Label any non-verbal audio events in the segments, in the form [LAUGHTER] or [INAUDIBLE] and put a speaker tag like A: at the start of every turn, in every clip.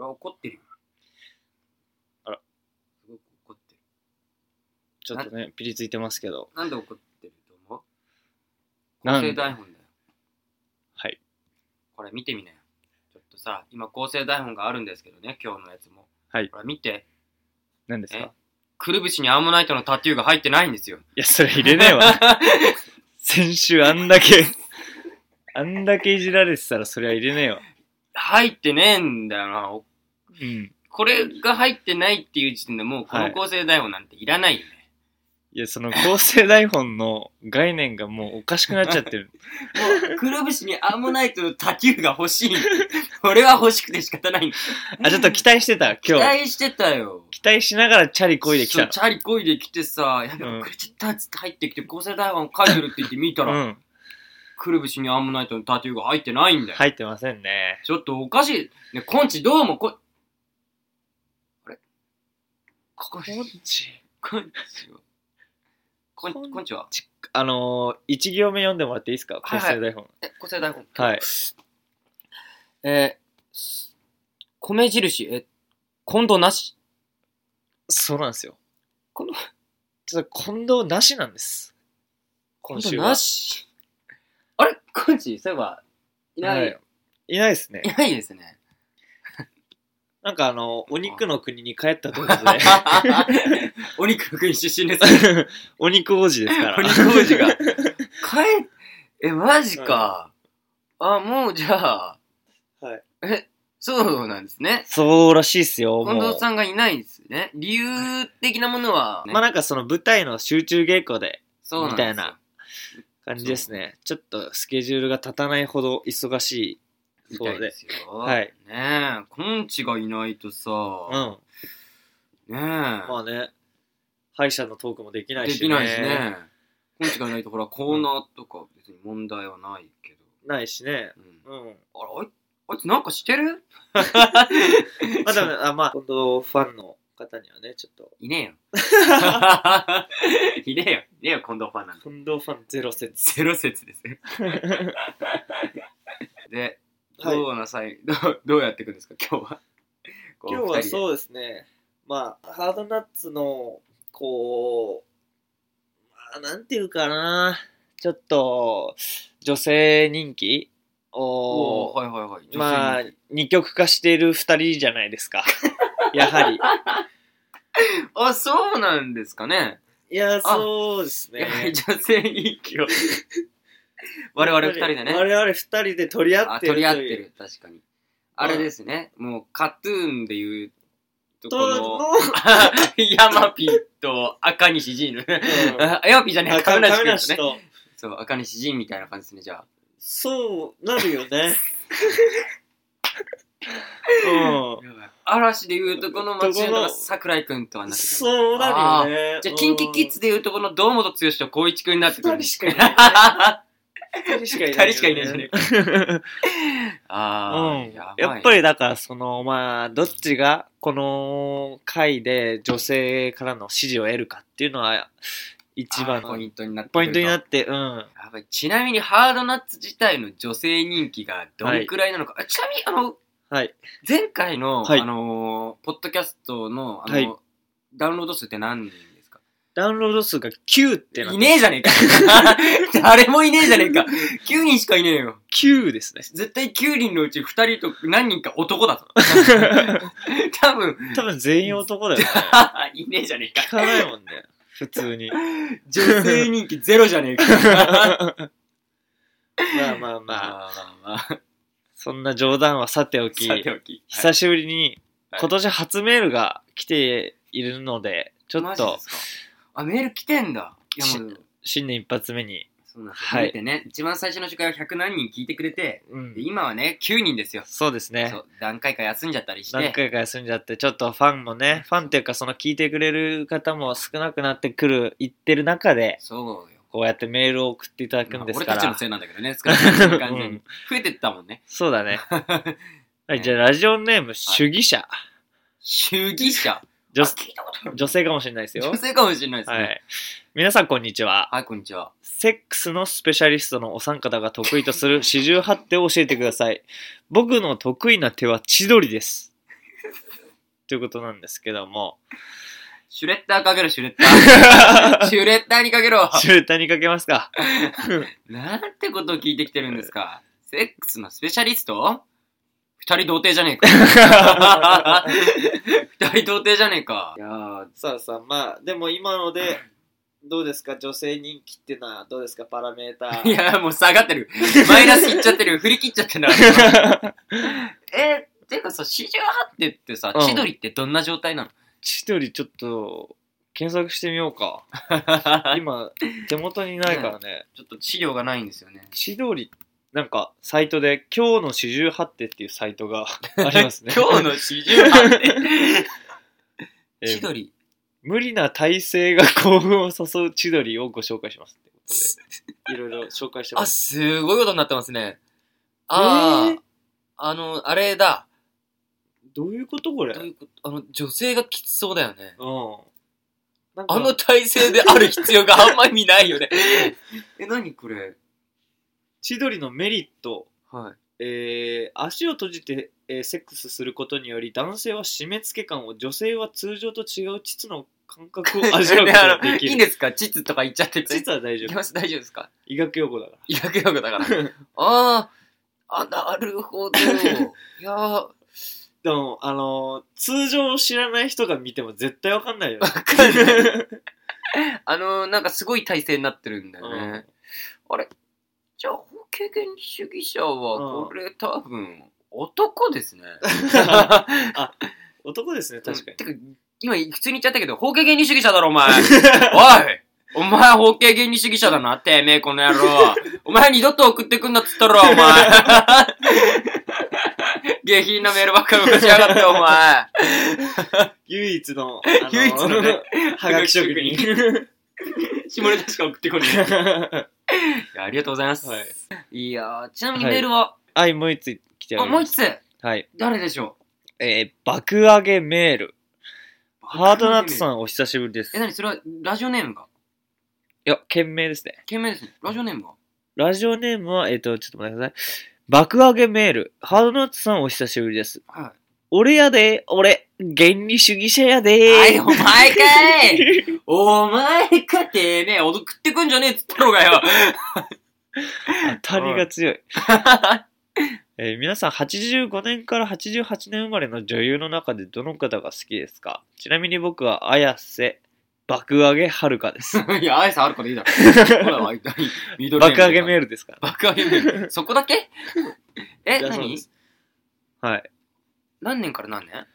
A: あ怒ってるよ
B: あら
A: すごく怒ってる
B: ちょっとね、ピリついてますけど。
A: なんで怒ってると思う
B: な
A: 構
B: んで
A: 成台本だよ
B: はい。
A: これ見てみなよちょっとさ今構成台本があるんですけどね今日のやつも
B: はい
A: ほら見て
B: 何ですか
A: えくるぶしにアンモナイトのタトゥーが入ってないんですよ
B: いや、それ入れねえ [LAUGHS] わ。先週あんだけ、あんだけいじられてたらそれは入れねえわ。
A: [LAUGHS] 入ってねえんだよなお
B: うん。
A: これが入ってないっていう時点でもうこ
B: は
A: の
B: い
A: 構成台本なんていらないよね、
B: いや、その構成台本の概念がもうおかしくなっちゃってる。
A: もう、くるぶしにアンモナイトのタキューが欲しい。 [LAUGHS] 俺は欲しくて仕方ないんだ。
B: [LAUGHS] あ、ちょっと期待 [LAUGHS] してた、
A: 期
B: 今日。
A: 待してたよ。
B: 期待しながらチャリこいでき
A: そう
B: た
A: チャリこいできてさ、やべ、
B: うん
A: 遅れちゃったっつって入ってきて、構成台本書いてるって言って見た
B: の。う
A: ら、
B: ん。
A: くるぶしにアンモナイトのタトゥーが入ってないんだよ。
B: 入ってませんね。
A: ちょっとおかしい。ね、コンチどうもこ、あれここ、コンチは。こん、コンチは
B: あのー、1行目読んでもらっていいですか
A: はい
B: 構
A: はい
B: 成台本。
A: え、構成台本。
B: はい。
A: えーす米印、え、今度なし。
B: そうなんですよ。
A: この
B: ちょっと近藤なしなんです。今週は
A: な。し。あれコンチ、そういえば、いない、、
B: はいいないですね。
A: ないですね。
B: なんかあの、お肉の国に帰ったということ
A: [LAUGHS] お肉の国出身です。
B: で、 [LAUGHS] お肉王子です [LAUGHS] から。
A: お肉王子 [LAUGHS] が。帰っ、え、マジか。あ、もうじゃあ、
B: はい。
A: そうなんですね。
B: そうらしいっすよ、
A: 近
B: もう
A: 藤。さんがいないんですね。理由的なものは、
B: まあなんかその舞台の集中稽古で、
A: そうなんで
B: み
A: す
B: た
A: よ
B: いな感じですね。ちょっとスケジュールが立たないほど忙しい。
A: み
B: そ
A: たいう
B: で
A: で。すよ。
B: はい。
A: ねえ、コンチがいないとさ、
B: うん。ま
A: ねえ、ま
B: あね、歯医者のトークもできないし、
A: できないしね。コンチがいないと、ほら、コーナーとか別に問題はないけど。
B: ないしね。
A: うんあ
B: うん。
A: れあいあいつなんかして
B: [LAUGHS]
A: る
B: まあでも、あまあ、今度ファンの方にはね、ちょっと、
A: い
B: [LAUGHS]
A: ねえよ。いねえよ。いねえよ、近藤ファンなんて。
B: 近藤ファンゼロ説。
A: ゼロ説です
B: [LAUGHS]
A: ね。で、
B: はい
A: どうなさい、 [LAUGHS] どうどうやっていくんですか、今日は。
B: 今日は
A: う。
B: そうですねまあハードナッツのこう、まあ、なんていうかなちょっと女性人気
A: お
B: を
A: ーはいはいはい。女性に
B: まあ二極化している二人じゃないですか [LAUGHS] やはり
A: あ、そうなんですかね。
B: いやそうです
A: やはり
B: ね
A: 女性人気
B: [LAUGHS]
A: を。我々二人でね。
B: 我々二人で取り合
A: あ、
B: って
A: 取
B: ると
A: り
B: いう
A: 合ってる、確かに。あれですね、もう、カトゥーンでいうとことの、
B: の
A: [LAUGHS] ヤマピーと赤西仁の。あ [LAUGHS] ヤマピーじゃねえ、亀梨
B: 亀
A: 君です
B: 梨
A: ね。
B: と
A: そう、赤西仁みたいな感じですね、じゃあ。
B: そうなるよ [LAUGHS] ねうん
A: 嵐でいうとこの松
B: とこ
A: 山
B: の
A: が桜井君とはなってくる
B: そうなるよね。
A: じゃあ、キンキキッズでいうとこの堂本剛と光一君になってくる。
B: 二人しかい
A: な
B: うん。二人しかい
A: ない二人しかいないじゃね
B: ね
A: [LAUGHS] あ
B: う
A: ー、
B: ん。
A: やばいね
B: やっぱりだから、その、まあ、どっちがこの回で女性からの支持を得るかっていうのは、一番
A: あーポ
B: の
A: イントになってく
B: ポ
A: る
B: イ
A: と
B: ントになって、うん。
A: やばいちなみにハードナッツ自体の女性人気がどんくらいなのか、あちなみにあの
B: はい。
A: 前回の、
B: はい
A: あのーポッドキャストのあの、
B: はい
A: ダウンロード数って何人ですか
B: ダウンロード数が9ってなっ
A: い
B: て
A: ねえじゃ
B: [LAUGHS]
A: ねえか誰もいねえじゃねえか !9 人しかいねえよ
B: 9ですね。
A: 絶対9人のうち2人と何人か男
B: [LAUGHS]
A: だぞ多分
B: 多分全員男だよね。
A: いねえじゃねえ
B: 聞かないも
A: [LAUGHS]
B: んね。普通に。
A: か女性人気ゼロじゃねえか
B: まあまあまあ、
A: まあまあまあ
B: そんな冗談はさておき、
A: さておき
B: 久しぶりに、
A: はい
B: 今年初メールが来ているので、ちょ
A: マ
B: っ
A: ジで
B: と
A: すかあメール来てんだいやもう
B: 新年一発目に、
A: そうなんです
B: は
A: よ
B: い
A: だってね一番最初の初回は100何人聞いてくれて
B: うん
A: で今はね9人ですよ
B: そうですね
A: そ。う何回か休んじゃったりして
B: 何回か休んじゃって、ちょっとファンもね、ファンっていうかその聞いてくれる方も少なくなってくる、言ってる中で、
A: そうよ
B: こうやってメールを送っていただく
A: ま
B: ん
A: あ
B: です
A: 俺
B: か
A: たち
B: ら
A: の。せいなんだけどね少なくなってる感じ
B: う
A: に
B: ん
A: 増えてったもんね [LAUGHS]
B: そうだね。はい、じゃあラジオネーム、主義者。
A: 主義者
B: 女
A: あ聞いたことある
B: 女性かもしれないですよ
A: 女。性かもしれないです
B: は
A: ね
B: い。皆さんこんにちは。
A: はいこんにちは
B: セックスのスペシャリストのお三方が得意とする四十八手を教えてください。僕の得意な手は千鳥です。ということなんですけども、
A: シュレッダーかけろ、シュレッ
B: [LAUGHS]
A: ダー。
B: シ
A: シュレッダーにかけろ。
B: ューターにかけますか。
A: なんてことを聞いてきてるんですか。セックスのスペシャリスト二人童貞じゃねえか。
B: [LAUGHS]
A: 二人童貞じゃねえか。いやー、
B: さあさあ、まあ、でも今ので、どうですか女性人気ってのはどうですかパラメータ
A: い
B: ー。
A: や、もう下がって [LAUGHS] る。マイナスいっちゃってる。振り切っちゃって [LAUGHS] る。えー、てかさ、四十八手ってさ、
B: うん
A: 千鳥ってどんな状態なの
B: [LAUGHS]
A: [LAUGHS]
B: 千鳥ちょっと検索してみようか。今、手元にないからね。
A: ちょっと資料がないんですよね。
B: 千鳥、なんか、サイトで、今日の四十八手っていうサイトがありますね。
A: [LAUGHS] 今日の四十八手。 [LAUGHS]
B: えー
A: 千鳥。
B: 無理な体勢が興奮を誘う千鳥をご紹介しますってことで、いろいろ紹介してま
A: あ、
B: す。
A: すごいことになってますね。あー、
B: えー
A: あの、あれだ。
B: どういうことこれ
A: どういう [LAUGHS] ことあの、女性がきつそうだよね。
B: うん。なんか
A: あの体勢である必 [LAUGHS] 要があんまりないよね。え、なにこれ
B: 千鳥のメリット、
A: はい。
B: えー足を閉じて、えーセックスすることにより男性は締め付け感を女性は通常と違う膣の感覚を味
A: [LAUGHS]
B: わうことができ [LAUGHS]
A: いいん
B: る
A: ですかチツとか言っちゃってて。
B: 膣は大丈
A: いき
B: 夫
A: ます大丈夫ですか
B: 医学用語だか
A: 医学用語だ
B: [LAUGHS]
A: から。 [LAUGHS]
B: ら
A: ああ、あ、なるほど。いやー、
B: でもあのー通常を知らない人が見ても絶対わかんないよね
A: かんあのー、なんかすごい体勢になってるんだよね。あれじゃあ、法経験主義者
B: うん
A: は、これ多分、男ですね。
B: [LAUGHS]
A: [LAUGHS]
B: 男ですね確かに
A: てか、今、普通に言っちゃったけど、法経験主義者だろ、お前。おいお前、法経験主義者だな、てめえ、この野郎。お前、二度と送ってくんなっつったろ、お前。下品なメールばっかり送しやがって、お前。
B: 唯一
A: [LAUGHS]
B: の、あのー
A: 唯一のね
B: はがき職
A: [LAUGHS]
B: 人 [LAUGHS]
A: 下ネタしか送ってこねえ。いやありがとうございます。、
B: はい
A: やー、ちなみに
B: はい
A: メールは、
B: はいもう一つ来てお
A: あ、
B: り
A: もう
B: ま
A: 一
B: す
A: つ、
B: はい
A: 誰でしょ
B: えー爆上げメール
A: う
B: ハートナッツさ
A: ん。
B: んお久しぶりです
A: え、なにそれは、ラジオネームが
B: いや、件名ですね。
A: 件名ですね。ラジオネームが
B: ラジオネームは、えっ、と、ちょっと待ってください。爆上げメール。ハードナッツさんお久しぶりです。
A: は
B: 俺やで、俺、原理主義者や
A: い。は
B: で
A: い、お前かいお前かてめえ、おど食ってくんじゃねえっつったろうがよ。 [LAUGHS]
B: 当たりが強い。えー皆さん、85年から88年生まれの女優の中でどの方が好きですかちなみに僕は、綾瀬、爆上げはるかです。
A: いや、アイスあるからいいだろ。ほら、あいつ緑
B: 爆上げ
A: ー
B: メ
A: ル。
B: ールですから。
A: 爆上げメール。そこだ
B: [LAUGHS]
A: けえ、
B: だそうで
A: 何
B: すはい。
A: 何年から何年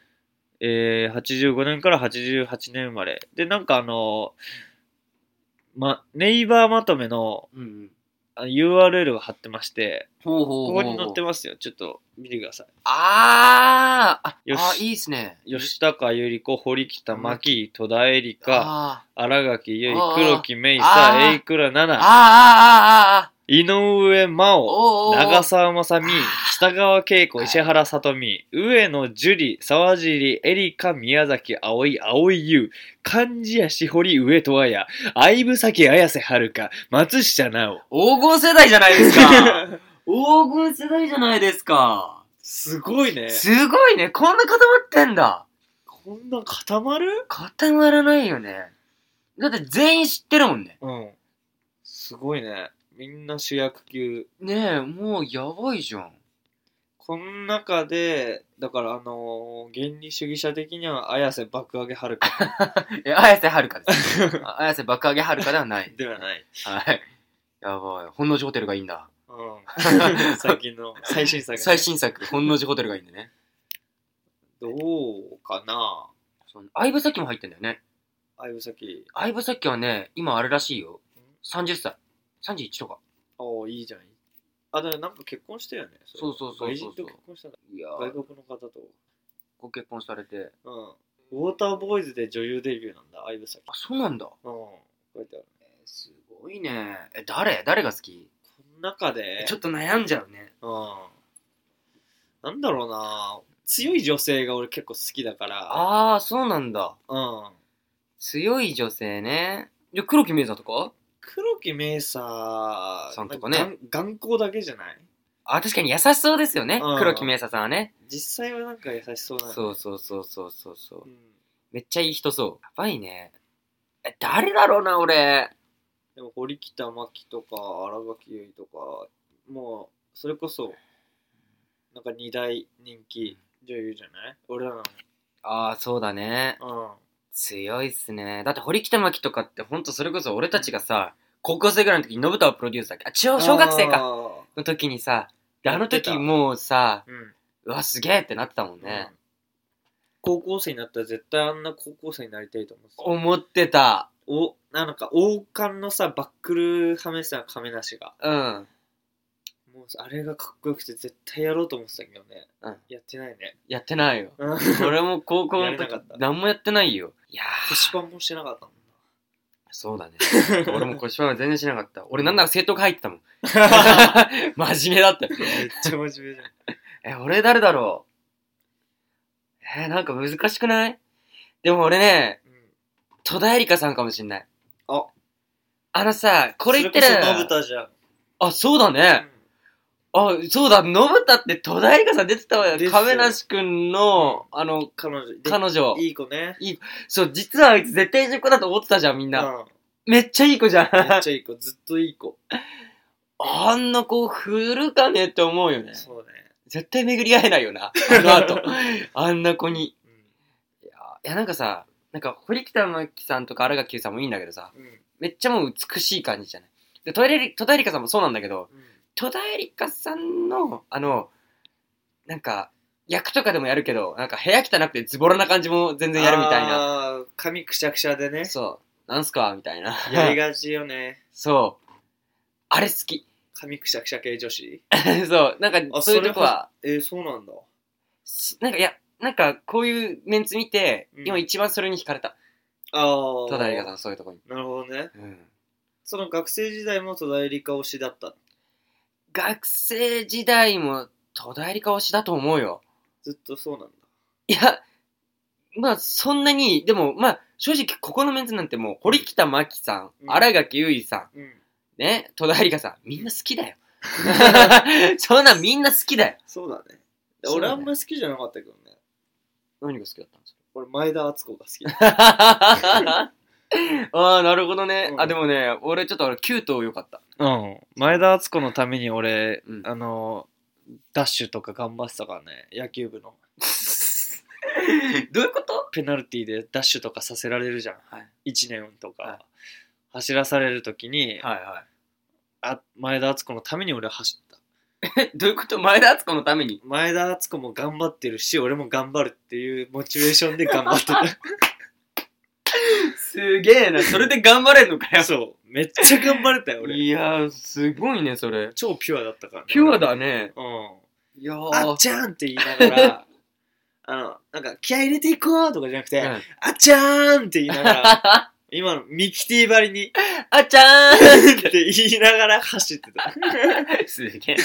B: えー、85年から88年生まれ。で、なんかあのーま、ネイバーまとめの、
A: うんうん。
B: あ URL を貼ってまして、
A: ほうほうほ
B: こ
A: う
B: こ
A: ほう。
B: に載ってますよ。ちょっと見てくださ
A: あーあ、
B: よし
A: あ、いいっすね。
B: い。吉高由里子、堀北真希、戸田恵梨香、
A: あ
B: 新垣結
A: あ
B: 衣、
A: ー
B: 黒木メイ
A: あ
B: サ、
A: ー
B: エイクラナ
A: ーあー、
B: ナ、
A: あーあー、あーあー、あ
B: 井上真
A: ー
B: 央、
A: おーおーおー
B: 長澤まさみ
A: あー、
B: 北川景子、
A: はい
B: 石原さとみ、上野樹里、沢尻、エリカ、宮崎、葵、葵優、漢字やしほり、上戸彩、相武咲、綾瀬はるか、松下 [LAUGHS] 奈緒。
A: 黄金世代じゃないですか黄金世代じゃないですか
B: すごいね
A: すごいねこんな固まってんだ
B: こんな固まる
A: 固まらないよね。だって全員知ってるもんね。
B: うん。すごいね。みんな主役級。
A: ねえ、もうやばいじゃん。
B: この中で、だからあのー原理主義者的には、綾瀬爆上げはるか
A: え、綾瀬はるかです。あ綾瀬爆上げはるかではない。
B: ではない。
A: はい。やばい。本能寺ホテルがいいんだ。 [LAUGHS]
B: うん。最近の、最新作。
A: 最。新作、本能寺ホテルがいいんだね。
B: どうかな
A: その相武咲も入ってんだよね。
B: 相武咲。
A: 相武咲はね、今あれらしいよ。30歳。31とか。
B: おーいいじゃん。あ、だからなんか結婚したよね。れ
A: そうそうそうそう
B: 外人と結婚したんだ。
A: いや
B: 外国の方と。
A: ご結婚されて。
B: うん。ウォーターボーイズで女優デビューなんだ、相武咲。
A: あ、そうなんだ。
B: うん。こうやってある。
A: えーすごいね。え、誰誰が好き
B: この中で。
A: ちょっと悩んじゃうね。
B: うん。なんだろうな強い女性が俺結構好きだから。
A: ああ、そうなんだ。
B: うん。
A: 強い女性ね。じゃ、黒木メイザとか
B: 黒木メイサ
A: さんとかね
B: 眼。眼光だけじゃない
A: あ、確かに優しそうですよね
B: うん。
A: 黒木メイサさんはね。
B: 実際はなんか優しそうなの
A: そうそうそうそうそうそう。
B: ん
A: めっちゃいい人そう。やばいね。え、誰だろうな、俺。
B: でも堀北真希とか新垣結衣とかもうそれこそなんか二大人気女優じゃない俺らの
A: ああ、そうだね。
B: うん
A: 強いっすね。だって、堀北真希とかって、ほんとそれこそ俺たちがさ、高校生ぐらいの時に、信太をプロデュースだっけあ、違う、小学生か。
B: か
A: の時にさ、であの
B: や
A: 時
B: ってた
A: もうさ、
B: うん
A: うわ、すげえってなってたもんね。
B: うん高校生になったら絶対あんな高校生になりたいと思ってた
A: 思ってた。
B: おなんか王冠のさバックルはめてた亀梨が
A: うん。
B: もうあれがかっこよくて絶対やろうと思ってたけどね、
A: うん
B: やってないね。
A: やってないよ
B: [LAUGHS] うん
A: 俺も高校
B: や
A: の
B: れな
A: 時
B: かった、
A: 何もやってないよ。いや
B: 腰パンもしてなかったもんな
A: そうだね。俺も腰は全然しなかった。俺なんなら生徒会入ってた
B: [LAUGHS]
A: もん。 [LAUGHS] 真面目だったよ。
B: めっちゃ真面目じゃん
A: え、俺誰だろうえーなんか難しくないでも俺ね、
B: うん
A: 戸田恵梨香さんかもしんない。
B: あ。
A: あのさ、これ言ってる
B: それこそのぶたじゃん
A: あ、そうだね。あ、そうだ、のぶたって戸田恵梨香さん出てたわ
B: です
A: よ。
B: よ
A: 亀梨くんの、あの、
B: 彼女で
A: 彼女。
B: いい子ね
A: そう、実はあいつ絶対いい子だと思ってたじゃん、みんな。
B: う
A: めっちゃいい子じゃ
B: んめっ
A: ん。
B: ちゃいい子ずっといい子
A: あんな子振るかねって思うよね。
B: そうね
A: 絶対巡り会えないよな、あの
B: [LAUGHS]
A: 後。あんな子に。
B: う
A: いやー、いやなんかさ、なんか、堀北真希さんとか新垣結衣さんもいいんだけどさ、
B: んうん
A: めっちゃもう美しい感じじゃない。で、戸田恵梨戸田恵梨香さんもそうなんだけど、戸田恵梨香さんの、あの、なんか、役とかでもやるけど、なんか部屋汚くてズボラな感じも全然やるみたいな。
B: な髪くしゃくしゃでね
A: そう。なんすかみたいな。
B: やりがちよね
A: そう。あれ好き。 [LAUGHS]
B: 髪くしゃくしゃ系女子
A: そう。なんか、
B: あ
A: そういうとこは、
B: えー、そうなんだ
A: すなんか、いや、なんか、こういうメンツ見て、
B: うん
A: 今一番それに惹かれた。
B: ああ
A: 戸田恵梨香さん、そういうとこに。
B: なるほどね
A: うん。
B: その学生時代も戸田恵梨香推しだった
A: 学生時代も戸田恵梨香推しだと思うよ。
B: ずっとそうなんだ
A: いや、まあそんなに、でもまあ正直ここのメンツなんてもう堀北真希さん、
B: うん
A: 新垣結衣さ
B: うん
A: ん、ね、戸田恵梨香さん、みんな好き
B: [LAUGHS]
A: だよ。 [LAUGHS] そんなんみんな好きだよ。
B: そうだね
A: そうだね
B: 俺あんまり好きじゃなかったけどね
A: 何が好きだったんです
B: 俺前田敦子が好き
A: [LAUGHS] かああ、なるほどね。
B: うん
A: あ、でもね、俺ちょっとあれ、キュート良かった。
B: [LAUGHS] うん前田敦子のために俺、
A: うん
B: あのダッシュとか頑張ってたからね野球部の
A: どういうこと
B: ペナルティでダッシュとかさせられるじゃん
A: はい。
B: 1年とか、
A: はい
B: 走らされる時に、
A: はいは
B: あ前田敦子のために俺は走った
A: い。どういうこと前田敦子のために。
B: 前田敦子も頑張ってるし俺も頑張るっていうモチベーションで頑張って [LAUGHS]
A: すげえな。それで頑張れんのか
B: たそうめっちゃ頑張れたよ俺
A: いやー、すごいね、それ。
B: 超ピュアだったからね
A: ピュアだね。
B: うん
A: いや
B: あっちゃんって言いなが [LAUGHS] らあのなんか気合い入れていこうとかじゃなくて、
A: うん
B: あっちゃーんって言いなが [LAUGHS] ら今のミキティばり [LAUGHS] に
A: あっちゃ
B: って言いながら走ってた。
A: ーん [LAUGHS] すげえ。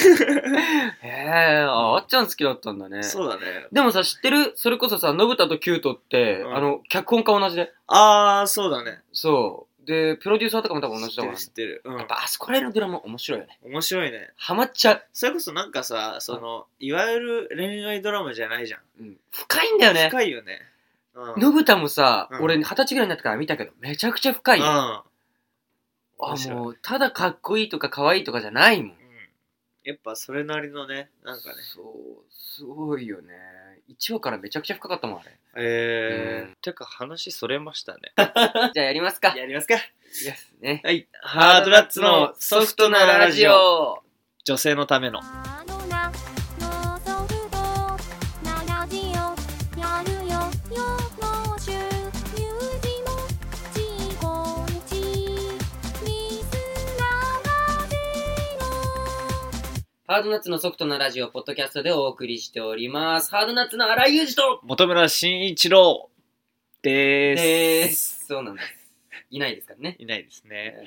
A: へえ、ああっちゃん好きだったんだね。
B: そうだね。
A: でもさ、知ってるそれこそさ、のぶたとキュートって、
B: うん
A: あの、脚本家同じで。
B: あー、そうだね。
A: そう。で、プロデューサーとかも多分同じ
B: 知
A: だ
B: っ
A: から
B: てる
A: ね。
B: 知ってる。う
A: や
B: ん
A: っ。ぱあそこら辺のドラマ面白いよね。
B: 面白いね。
A: ハマっちゃう。
B: それこそなんかさ、その、いわゆる恋愛ドラマじゃないじゃん。
A: うん深いんだよね。
B: 深いよね。うん。
A: のぶたもさ、
B: うん
A: 俺二十歳ぐらいになってから見たけど、めちゃくちゃ深
B: う
A: い
B: ん。
A: よ。
B: 面
A: あ、
B: 白い
A: もう、ただかっこいいとか可愛いとかじゃないもん
B: うん。。やっぱそれなりのね、なんかね。
A: そう、すごいよね。1話からめちゃくちゃ深かったもん、あれ。 [LAUGHS]
B: え
A: う
B: ー。てか話それましたね。
A: じゃあやりますか。
B: [LAUGHS] やりますか。
A: いやね。
B: はい。ハードラッツのソフトなラジオ。
A: オ。
B: 女性のための。
C: ハードラのソフトなラジオやるよよもしゅミュージもちいこんちリスナーまでの
A: ハードナッツのソフトなラジオ、ポッドキャストでお送りしております。ハードナッツの荒井裕二と
B: 本村慎一郎で。
A: ですす。そうなんです。いないですからね。
B: いないですね。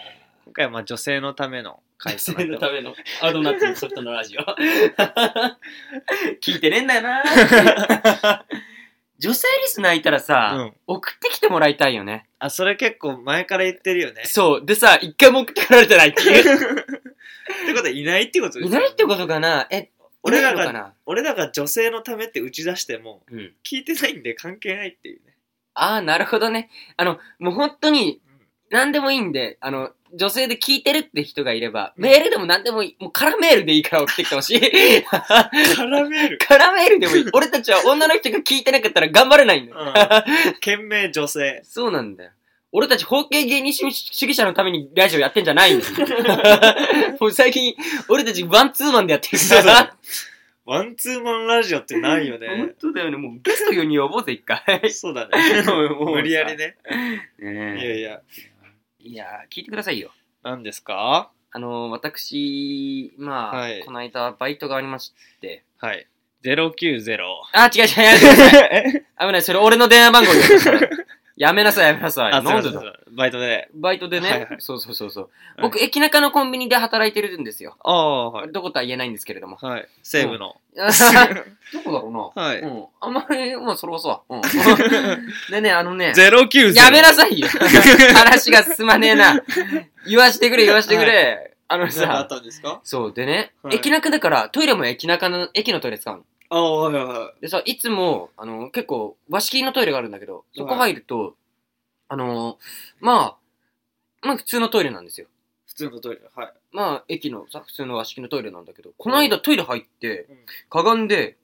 B: 今回はまあ女性のための回
A: 女
B: と
A: 性
B: なって
A: の
B: ま
A: た
B: す
A: めのハードナッツのソフトなラジ [LAUGHS] オ。聞いてねえんだよ [LAUGHS] な。女性リスナーいたらさ、
B: うん、
A: 送ってきてもらいたいよね。
B: あそれ結構前から言ってるよね
A: [LAUGHS]
B: [LAUGHS]
A: そう。でさ、一回も送ってこられてないっていう。
B: ってことはいないってことです
A: い
B: よね
A: ないってことかなえ、
B: 俺ら
A: いない
B: が
A: のかな
B: 俺らが女性のためって打ち出しても
A: うん。
B: 聞いてないんで関係ないっていうね、
A: ああ、なるほどね。あの、もう本当に、
B: うん
A: 何でもいいんで、あの、女性で聞いてるって人がいれば、メールでも何でもいい。もう空メールでいいから送ってきてほしい。
B: 絡める、
A: 空メールでもいい。俺たちは女の人が聞いてなかったら頑張れないんだよ。
B: うん、懸命
A: [LAUGHS]
B: 女性
A: そうなんだよ。俺たち包茎芸人主義者のためにラジオやってんじゃないんだよ。 [LAUGHS] もう最近、俺たちワンツーマンでやってる
B: そ
A: か
B: うそ
A: [LAUGHS]
B: う
A: ら。
B: ワンツーマンラジオってない
A: [LAUGHS]
B: よね
A: 当だよね。もうゲスト4人呼ぼうぜ、一 [LAUGHS] 回。
B: そうだね
A: もうもう
B: 無理やりねい
A: ね
B: やいや
A: えいやー、聞いてくださいよ。
B: 何ですか
A: あのー、私、まあ、
B: はい
A: この間、バイトがありまして。
B: はい090
A: あー、違う違う違う。 [LAUGHS] 危ない、それ俺の電話番号です [LAUGHS] やめなさい、やめなさい。
B: あ、
A: な
B: そ
A: ん
B: う
A: で
B: そ
A: だ
B: うそうバイトで。
A: バイトでね、
B: はいはい
A: そうそうそうそう。
B: い
A: 僕、駅中のコンビニで働いてるんですよ。
B: ああ、はい。
A: どことは言えないんですけれど [LAUGHS] も。
B: はい。西
A: [LAUGHS]
B: 武の。
A: どこだろうな。
B: はい
A: うん。あんまり、もうそれはさ。
B: [LAUGHS]
A: うん。でね、あのね。
B: 090。
A: やめなさ
B: [LAUGHS]
A: いよ話が進まねえな言わしてくれ、言わしてくれ、あの
B: 何があっ
A: さ、
B: たんですか
A: そうでね、
B: はい
A: 駅中だから、トイレも駅中の、駅のトイレ使うの。
B: ああ、はいは
A: でさ、いつも、あの、結構、和式のトイレがあるんだけど、そこ入ると、あの、まあ、まあ普通のトイレなんですよ。
B: い。普通のトイレ。はい。
A: まあ、駅のさ、普通の和式のトイレなんだけど、この間トイレ入って、
B: うん
A: かがんで、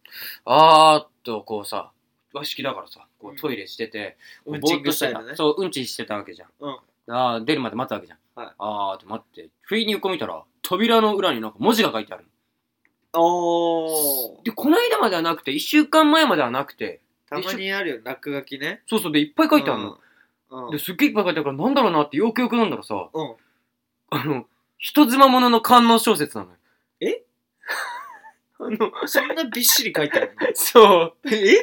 A: あーっとこうさ、和式だからさ、こうトイレしてて、
B: うん
A: ぼーっとして
B: うんちんぐしたいのね
A: そう、うんちしてたわけじゃん。
B: うん
A: あー出るまで待つわけじゃん。
B: はい
A: あーって待って、不意に横見たら、扉の裏になんか文字が書いてある
B: あ
A: の。で、この間まではなくて、一週間前まではなくて、
B: たまにあるよ、落書きね。
A: そうそう、で、いっぱい書いてあるの。
B: うん。うん
A: で、。すっげえいっぱい書いてあるから、なんだろうなってよくよくなんだらさ、
B: うん
A: あの、人妻ものの観音小説なのよ。
B: え
A: あの、
B: そんなびっしり書いてある
A: そう。え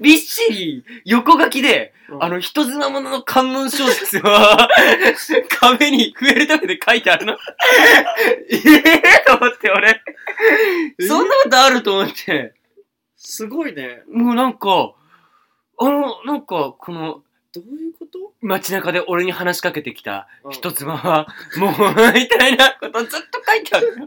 A: びっしり横書きで、
B: の、うん
A: あ、の、人妻ものの観音小説は、壁に増えるためで書いてあるの。ええと思って、俺。そんなことあると思って。
B: すごいね。
A: もうなんか、あの、なんか、この、
B: どういうこと
A: 街中で俺に話しかけてきた人
B: つ。
A: 妻は、もう、みたいなことずっと書いてあるの。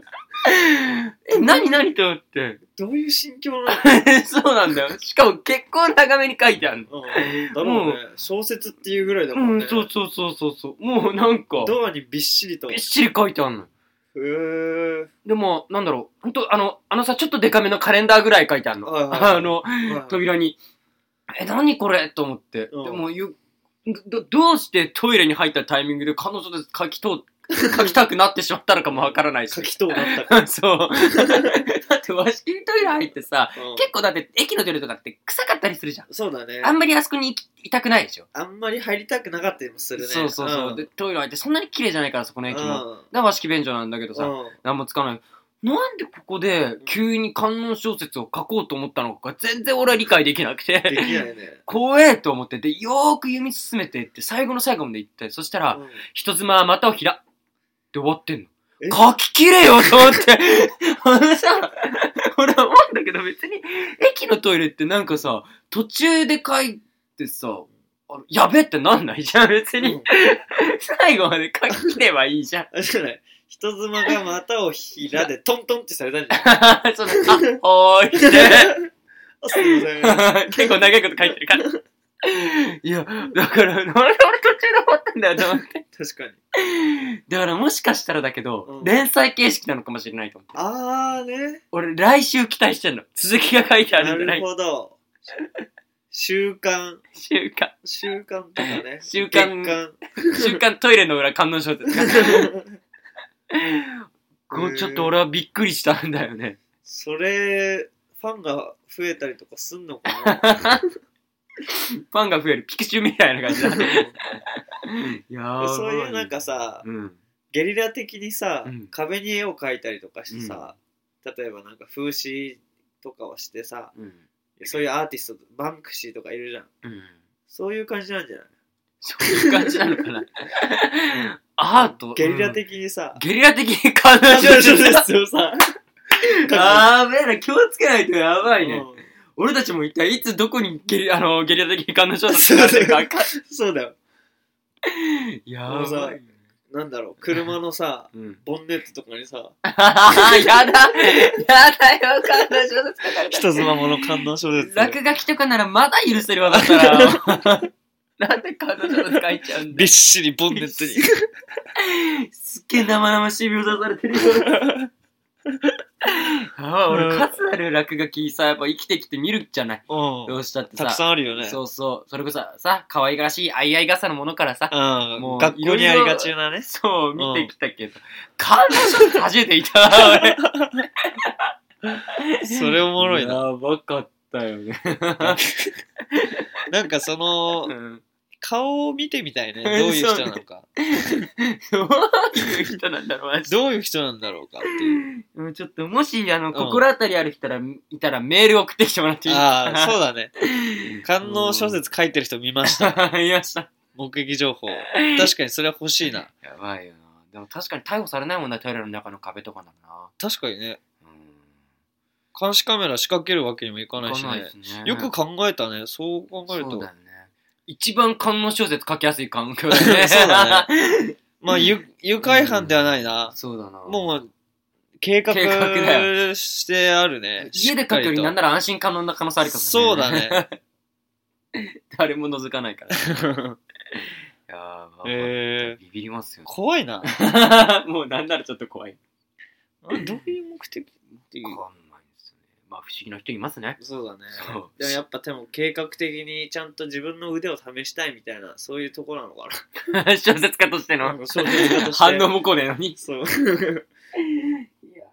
A: え、なになにと思って。
B: どういう心境なの
A: そうなんだよ。しかも結構長めに書いてある [LAUGHS] の。
B: うん。だろうね。小説っていうぐらいだも
A: うんん、
B: ね。
A: そうそうそうそうそう。もうなんか、
B: ドアにびっしりと。
A: びっ
B: へ
A: しり書いてあんの。
B: え。
A: でも、なんだろう、ほんと、あの、あのさ、ちょっとデカめのカレンダーぐらい書いてあるの。
B: はいはいはい
A: あの、
B: はい
A: 扉に。え、何これと思って。
B: うん
A: でも、ゆど、どうしてトイレに入ったタイミングで彼女で書き
B: [LAUGHS]
A: と、書きたくなってしまったのかもわからないし
B: 書。きとうなった
A: [LAUGHS]
B: か
A: そう。だって、和式にトイレ入ってさ、
B: ら。うん
A: 結構だって、駅のトイレとかって臭かったりするじゃん。
B: そうだね。
A: あんまりあそこにいいたくないでしょ。
B: あんまり入りたくなかったりもするね。
A: そうそうそう。
B: ん
A: で、トイレ入って、そんなに綺麗じゃないから、そこの駅も。だか
B: うん
A: ら和式便所なんだけどさ。
B: うん
A: 何もつかない。なんでここで急に観音小説を書こうと思ったのか全然俺は理解できなく
B: でき
A: て、
B: ないね。
A: 怖えと思ってて、よーく読み進めていって、最後の最後まで行って、そしたら、
B: うん
A: 人妻はまたを開って終わってんの。
B: え
A: 書ききれよと思って。あのさ、俺は思うんだけど別に、駅のトイレってなんかさ、途中で書いてさ、あのやべってなんないじゃん別
B: う
A: に
B: ん。
A: 最後まで書ききればいいじゃん。
B: あれじゃない。人妻が股をひら
A: [LAUGHS]
B: でトントンってされたんじゃない
A: その、あ、おーいって。 [LAUGHS]
B: あすいません。
A: 結構長いこと書いてるから。 [LAUGHS] いや、だから、 [LAUGHS] 俺、俺途中で思ったんだよと思って、
B: 確かに。
A: [LAUGHS] だからもしかしたらだけど、
B: うん
A: 連載形式なのかもしれないと思って。
B: あーね。
A: 俺、来週期待してんの。続きが書いてある
B: な
A: んじゃな
B: る
A: い
B: ほど。習慣、
A: 週刊、
B: 習慣とかね。
A: [LAUGHS] 習慣
B: 月
A: 週刊トイレの裏観音小説。 [LAUGHS]
B: 間
A: こうちょっと俺はびっくりしたんだよ [LAUGHS] ね。
B: [LAUGHS] それ、ファンが増えたりとかすん
A: [LAUGHS]
B: のかな
A: ファンが増えるピクシュみたいな感じだ。 [LAUGHS] やば
B: そういうなんか、さ、
A: うん。
B: ゲリラ的にさ、
A: うん
B: 壁に絵を描いたりとかしてさ、例えばなんか風刺とかをしてさ、
A: うん。
B: そういうアーティスト、バンクシーとかいるじゃん。
A: うん。
B: そういう感じなんじゃない
A: そういう感じなのか
B: [LAUGHS]
A: な。アート。
B: ゲリラ的に [LAUGHS] さ、
A: ゲリラ的に感動し
B: そう
A: て
B: そう
A: る。
B: そうさ、
A: やべえな、気をつけないとやばい
B: [LAUGHS]
A: ね。
B: うん
A: 俺たちも一体いつどこにゲリあのゲリラ的に感動しようとしてるかわかん
B: そうだよ。
A: やばいね。
B: なんだろう、車のさ、
A: うん。 [LAUGHS]
B: ボンネットとかにさ、
A: やだやだよ、感動小説書かれた。
B: 人妻もの観音小説。
A: 落書きとかならまだ許せるわ、だから。なんで感動小説書いちゃうんだ
B: [LAUGHS] びっしりボンネットに。
A: すっげえ生々しい描写され
B: [LAUGHS]
A: てるよ。あ
B: うん
A: 俺、数ある落書きさ、やっぱ生きてきて見るじゃない。
B: う
A: ど
B: ん。
A: うしたってさ。
B: たくさんあるよね。
A: そうそう。それこそさ、可愛らしい、あいあい傘のものからさ、
B: うん。
A: もう
B: 学校にありがちなね。
A: そう、
B: うん
A: 見てきたけど、感動小説初めていたな、俺。
B: [LAUGHS] そ [LAUGHS] れおもろいな。
A: やばかったよね。
B: なんかその、顔を見てみた [LAUGHS] いね。どういう人なのか。
A: どういう人なんだろう、マジで
B: どういう人なんだろうかっていう。
A: うんちょっと、もし、あの、
B: ん
A: 心当たりある人ら、いたらメール送ってきてもらっていい
B: ああ、
A: う
B: [LAUGHS] そうだ [LAUGHS] ね。観音小説書いてる人見ました。
A: だ。 [LAUGHS] 言いました。
B: 目撃情 [LAUGHS] 報。確かにそれは欲しいな。
A: やばいよな。でも確かに逮捕されないもんな、トイレの中の壁とかなんだな。
B: 確かにね。
A: うん。
B: 監視カメラ仕掛けるわけにもいかないしね。
A: しね
B: よく考えたね。そう考える
A: そう
B: と
A: だ。よね。一番観音小説書きやすい環境だね。
B: [LAUGHS] そうだまあ、ゆ愉快犯ではないな。
A: そうだな。
B: もう、計画
A: 計画だ
B: してあるね。
A: 家で書くよりなん
B: だ
A: なら安心可能な可能性あるかもね。
B: そうだ。ね。
A: [LAUGHS] 誰も覗かない
B: [LAUGHS]
A: から。やばい
B: えー
A: ビビりますよね。
B: 怖いな。
A: [LAUGHS] もうなんならちょっと怖い。
B: どういう目的っていう。
A: わかんないですね。まあ不思議な人いますね。 [LAUGHS]
B: そうだね
A: そう
B: でもやっぱでも計画的にちゃんと自分の腕を試したいみたいなそういうとこなのか [LAUGHS]
A: 小説家として
B: な
A: の
B: そういうことして
A: 反応もこうねのに。
B: そう
A: いや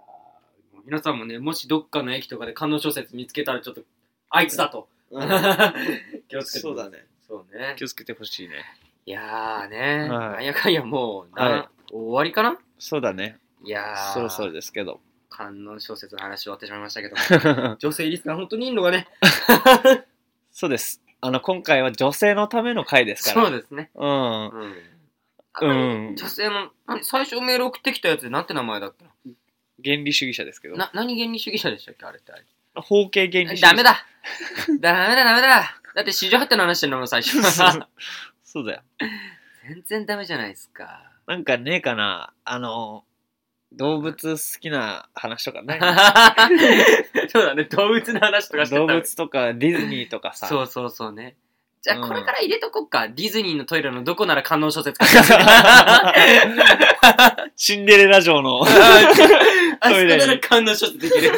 A: ー皆さんもね、もしどっかの駅とかで観音小説見つけたらちょっと、あいつだと。気をつけて。
B: そうだ。ね
A: そうね。
B: 気をつけてほしいね
A: いやーね、
B: はい
A: なんやかんやもう、な
B: はい
A: 終わりかな
B: そうだね
A: いやー、
B: そろそろですけど [LAUGHS]
A: 観音小説の話終わってしまいましたけど、女性リスナー本当にいいのがね、
B: そうですあの今回は女性のための回ですから
A: そうですね。
B: う
A: うん。
B: んうん
A: 女性の、何最初メール送ってきたやつでなんて名前だっけな
B: 原理主義者ですけど
A: な、何原理主義者でしたっけあれってあれ。
B: 法系原理主義者
A: ダメだダメだダメだだって史上発展の話してるのも最初。
B: [LAUGHS] そう [LAUGHS] そうだよ
A: 全然ダメじゃないですか。
B: [LAUGHS] なんかねえかなあの動物好きな話とかね
A: そうだね、動物の話とかしてた
B: 動物とかディズニーとかさ
A: そうそうそうね。じゃ
B: う
A: あ
B: ん
A: これから入れとこっか。ディズニーのトイレのどこなら観音小説か。
B: [LAUGHS]
A: [LAUGHS]
B: シンデレラ城 [LAUGHS] の
A: あそこなら観音小説できる。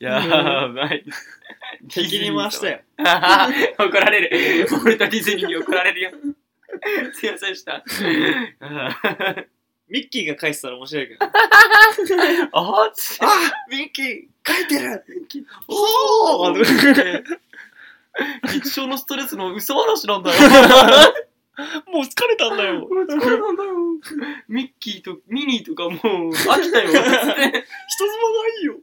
B: や
A: ばい。
B: 敵に回したよ。
A: 怒られる。俺とディズニーに怒られるよ。すいませんでした。
B: ミッキーが書いてたら面白 [LAUGHS] いけど
A: あっつって。
B: ミッキー書いて [LAUGHS] る
A: お
B: お
A: ー
B: ー
A: 一生のストレスの嘘話なんだよ。
B: もう疲れたんだよ
A: もう疲れたんだよ。ミッキーとミニーとかもう飽きたよ。
B: 人妻がいいよ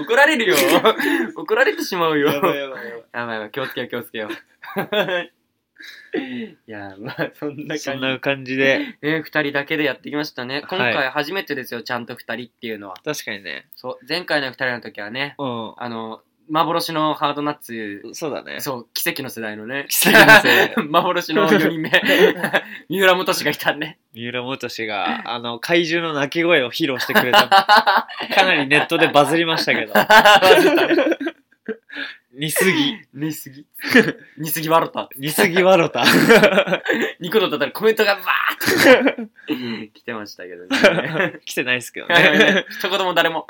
A: 怒られるよ。怒られてしまうよ。
B: [LAUGHS] やばいやばいやばい
A: やばいやばい、気をつけよう気をつけよ [LAUGHS] う。いや、まあそんな
B: [LAUGHS] そ
A: 感
B: ん
A: じ。
B: な感じで
A: ね、二人だけでやってきましたね。今
B: は
A: 回初めてですよ、ちゃんと二人っていうのは。
B: 確かにね
A: そう、前回の二人の時はね、
B: う
A: あの、幻のハードナッツ、
B: んそうだね
A: そう、奇跡の世代のね。
B: 奇跡の
A: [LAUGHS]
B: 世
A: 幻の4人目。 [LAUGHS] 三浦元氏がいたん [LAUGHS] で。
B: 三浦元氏があの怪獣の鳴き声を披露してくれ [LAUGHS] たかなりネットでバズりま [LAUGHS] したけど似すぎ
A: 似すぎ。似すぎ笑った。
B: 似すぎ笑 [LAUGHS] った
A: ニコのだったらコメントがバーって来てましたけどね。 [LAUGHS]
B: 来てないです [LAUGHS] けど
A: はいはいは
B: ね
A: い一言も誰
B: [LAUGHS]
A: も、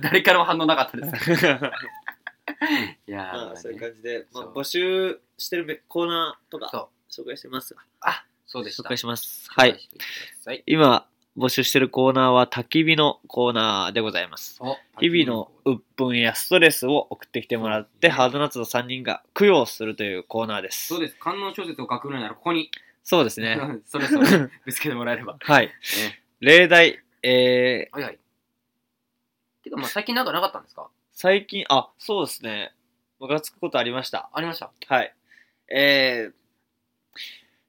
A: 誰からも反応なかったです。いやー、
B: まあ、そういう
A: ね
B: 感じで、まあ
A: そ、う
B: 募集してるべコーナーとか
A: そ
B: 紹介してますが
A: あ、そうでした。
B: 紹介しますはい
A: 紹介してください。
B: 今募集してるコーナーは焚き火のコーナーでございます
A: お
B: 日々の鬱憤やストレスを送ってきてもらって、
A: そう
B: ハードナッツの3人が供養するというコーナーです
A: そうです。観音小説を書くのならここに、
B: そうですね
A: [LAUGHS] それそれぶつけてもらえれ
B: [LAUGHS]
A: ば。
B: はい
A: ね
B: 例題えー、
A: はいはい。てか、まあ最近なんかなかったんですか
B: 最近あそうですねムカつくことありました
A: ありました。
B: はいえー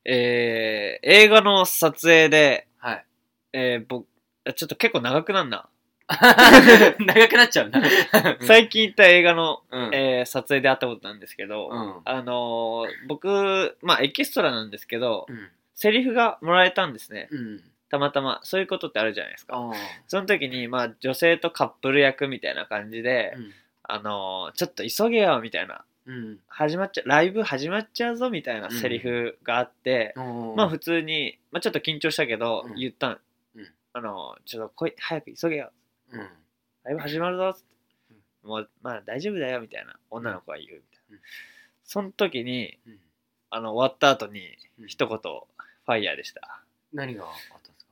B: えー映画の撮影で、
A: はい。
B: [LAUGHS] えー、僕ちょっと結構長くなんな
A: 長くなっちゃうな。
B: [LAUGHS] 最近行った映画の、
A: うん。
B: えー撮影で会ったことなんですけど、
A: うん
B: あのー僕、まあ、エキストラなんですけど、セリフがもらえたんですね。
A: うん。
B: たまたま。そういうことってあるじゃないですか。
A: ああ。
B: その時に、まあ、女性とカップル役みたいな感じで、あのーちょっと急げよ、みたいな。
A: うん。
B: 始まっちゃ、ライブ始まっちゃうぞ、みたいなセリフがあって、
A: うん。
B: まあ普通に、まあ、ちょっと緊張したけど、
A: うん
B: 言ったん、
A: うん
B: あのちょっと来い早く急げよ
A: うん。
B: ライブ始まるぞっつって、もうまあ大丈夫だよみたいな女の子が言うみたい
A: う
B: な、
A: ん
B: その時に
A: うん。
B: あの終わった後に
A: うん
B: 一言、ファイヤーでした
A: 何があったんですか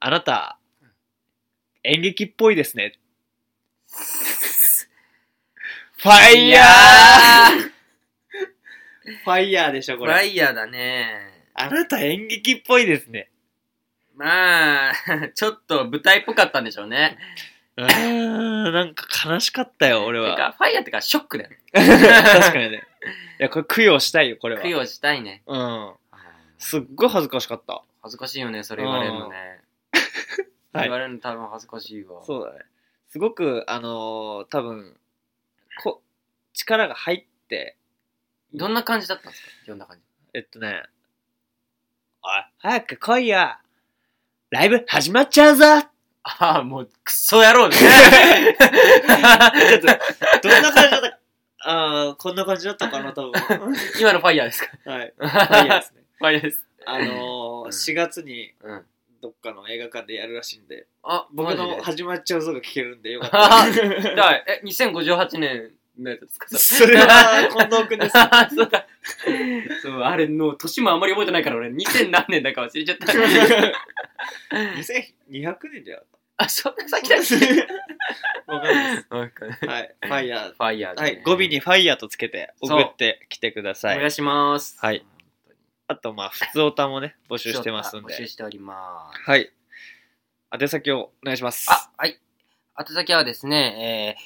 B: あなた、
A: うん
B: 演劇っぽい [LAUGHS] ですねファイヤーファイヤーでしょ
A: フ
B: こ
A: ァ
B: れ
A: イヤーだね。
B: あなた演劇っぽいですね
A: まあ、 [LAUGHS] ちょっと舞台っぽかったんでしょうね。
B: うーんなんか悲しかったよ俺
A: て
B: は
A: か、ファイヤーってかショックだよね。
B: 確かにね。いや、これ供養したいよ、これは。
A: 供養したいね。
B: うん。すっごい恥ずかしかった。
A: 恥ずかしいよね、それ言われるのね。 [LAUGHS]
B: うんはい
A: 言われるの多分恥ずかしいわ。う。
B: そうだね。すごく、あのー多分、こ、力が入って、
A: どんな感じだったんですかどんな感じ
B: えっとね、おい、早く来いよライブ始まっちゃうぞ
A: ああ、もう、クソ野郎ですね
B: ね。 [LAUGHS] ちょっと、どんな感じだった [LAUGHS] あーこんな感じだったかな、多分。
A: 今のファイヤーですか
B: はい。
A: フ
B: ファイヤーですね。
A: ァイヤーです。
B: あの
A: う
B: ー
A: ん
B: 4月に
A: うん。
B: どっかの映画館でやるらしいんで、
A: あ、
B: 僕
A: 僕の
B: の、始まっちゃうぞが聞けるんでよかっ
A: あは
B: た。 [LAUGHS]
A: はえ、2058年のやつですか
B: それは近藤くんです。
A: あそうだ。そう、あれの、年もあんまり覚えてないから俺、2000何年だか忘れちゃった。
B: [LAUGHS] 2200年だよ。
A: あ、そんな先だっ
B: [LAUGHS] わかんないです。
A: けわかんない
B: はい、ファイヤー。
A: ファイヤーだ
B: は
A: ね
B: い、語尾にファイヤーとつけて送ってきてくだ
A: お
B: さ
A: 願
B: い。
A: いします。
B: はい。あと、まあ、普通おたもね、募集してますん
A: 募集
B: で。
A: しております。
B: はい。宛先をお願いします。
A: あ、はい。宛先はですね、えー、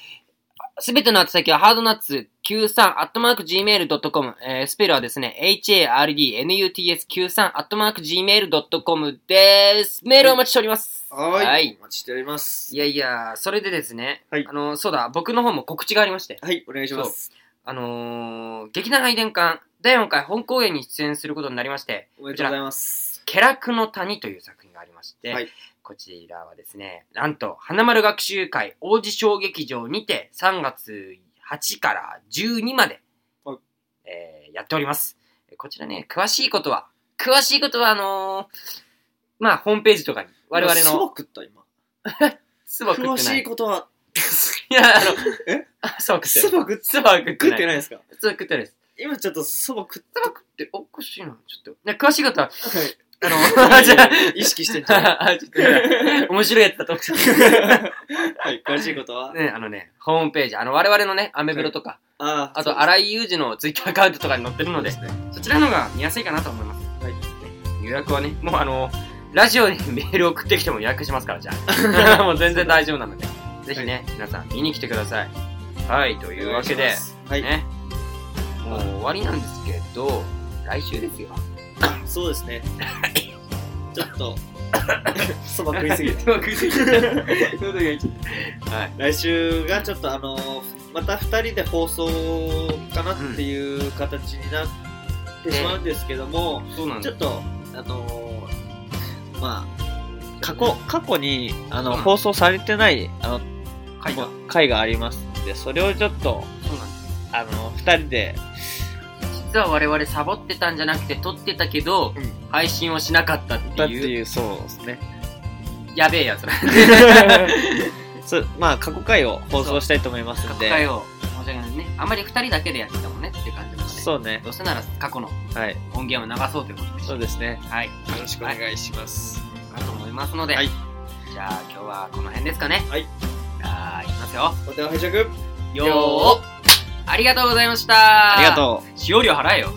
A: すべての宛先はハードナッツ93アットマーク gmail.com、えー、スペルはですね、hardnuts93 アットマーク gmail.com です。メールお待ちしております。
B: はい。お待ちしております
A: い。やいや、それでですね、
B: はい
A: あの、そうだ、僕の方も告知がありまして、
B: はい、お願いします。
A: あのー、劇団愛伝館第4回本公演に出演することになりまして、
B: おめでとうございます。
A: ケラクの谷という作品がありまして、
B: はい
A: こちらはですね、なんと、花丸学習会王子小劇場にて、3月8から12まで、
B: はい
A: えーやっております。こちらね、詳しいことは、詳しいことは、あのーまあ、ホームページとかに、我々
B: すご
A: の、
B: くった、今。
A: すば食っ
B: 詳
A: て
B: し
A: ない
B: い。ことは、
A: [LAUGHS] いや、あの、
B: [LAUGHS] え
A: あそば食って
B: そ
A: ない。
B: ば
A: そば食っ
B: 食っ
A: て
B: 食
A: ない。
B: ってないですか
A: そば食ってないです。
B: 今ちょっとそば食っ
A: そば食って、おかしいな、ちょっと。ね詳しいことは、
B: て
A: あの、
B: はい。
A: じゃあ、
B: [LAUGHS] 意識してんじゃん。
A: あちょっとね、面白いやつだと思って
B: はい、詳しいことは、
A: ね、あのね、ホームページ、あの、我々のね、アメブロとか、
B: あ
A: あと、荒井裕二のツイッターアカウントとかに載ってるので、
B: そうですね
A: そちらの方が見やすいかなと思います。
B: はい
A: ね予約はね、もうあの、ラジオにメール送ってきても予約しますから、じゃあ。 [LAUGHS] もう全然大丈夫なので、ぜひね、皆さん見に来てください。はい、というわけで、
B: はい、
A: ね、もう終わりなんですけど、来週ですよ。
B: そうですね。ちょっ [LAUGHS] と、そ [LAUGHS] ば食いすぎて。
A: うまくいってきた。喉が痛いはい。
B: 来週がちょっとあのまた2人で放送かなっていう形になってしまうんですけども、
A: そうなん
B: ち
A: で
B: ょっ
A: す。
B: と、あのまあ、過去、過去に、あ
A: そう
B: の、
A: なん
B: 放送されてない、あの、
A: 会が。
B: 回がありますんで、それをちょっと、
A: そうなんです。
B: あの、2人で、
A: 実は我々サボってたんじゃなくて撮ってたけど、
B: うん
A: 配信をしなかったって
B: だって
A: いう
B: いう、そうですね。
A: やべえやつ
B: [LAUGHS]
A: なんで
B: そうまあ過去回を放送したいと思います
A: 過
B: ん
A: 去
B: で
A: 回を申し訳ないですねあんまり2人だけでやってたもんねっていう感じなので
B: そうね
A: どうせなら過去の
B: はい
A: 音源を流そうということで
B: そうですね
A: はい
B: よろしくお願いします
A: だと思いますので、
B: はい
A: じゃあ今日はこの辺ですかね
B: はい
A: じゃあいきますよ
B: お手を拝借
A: よーありがとうございました
B: ありがとう
A: 使用料払えよ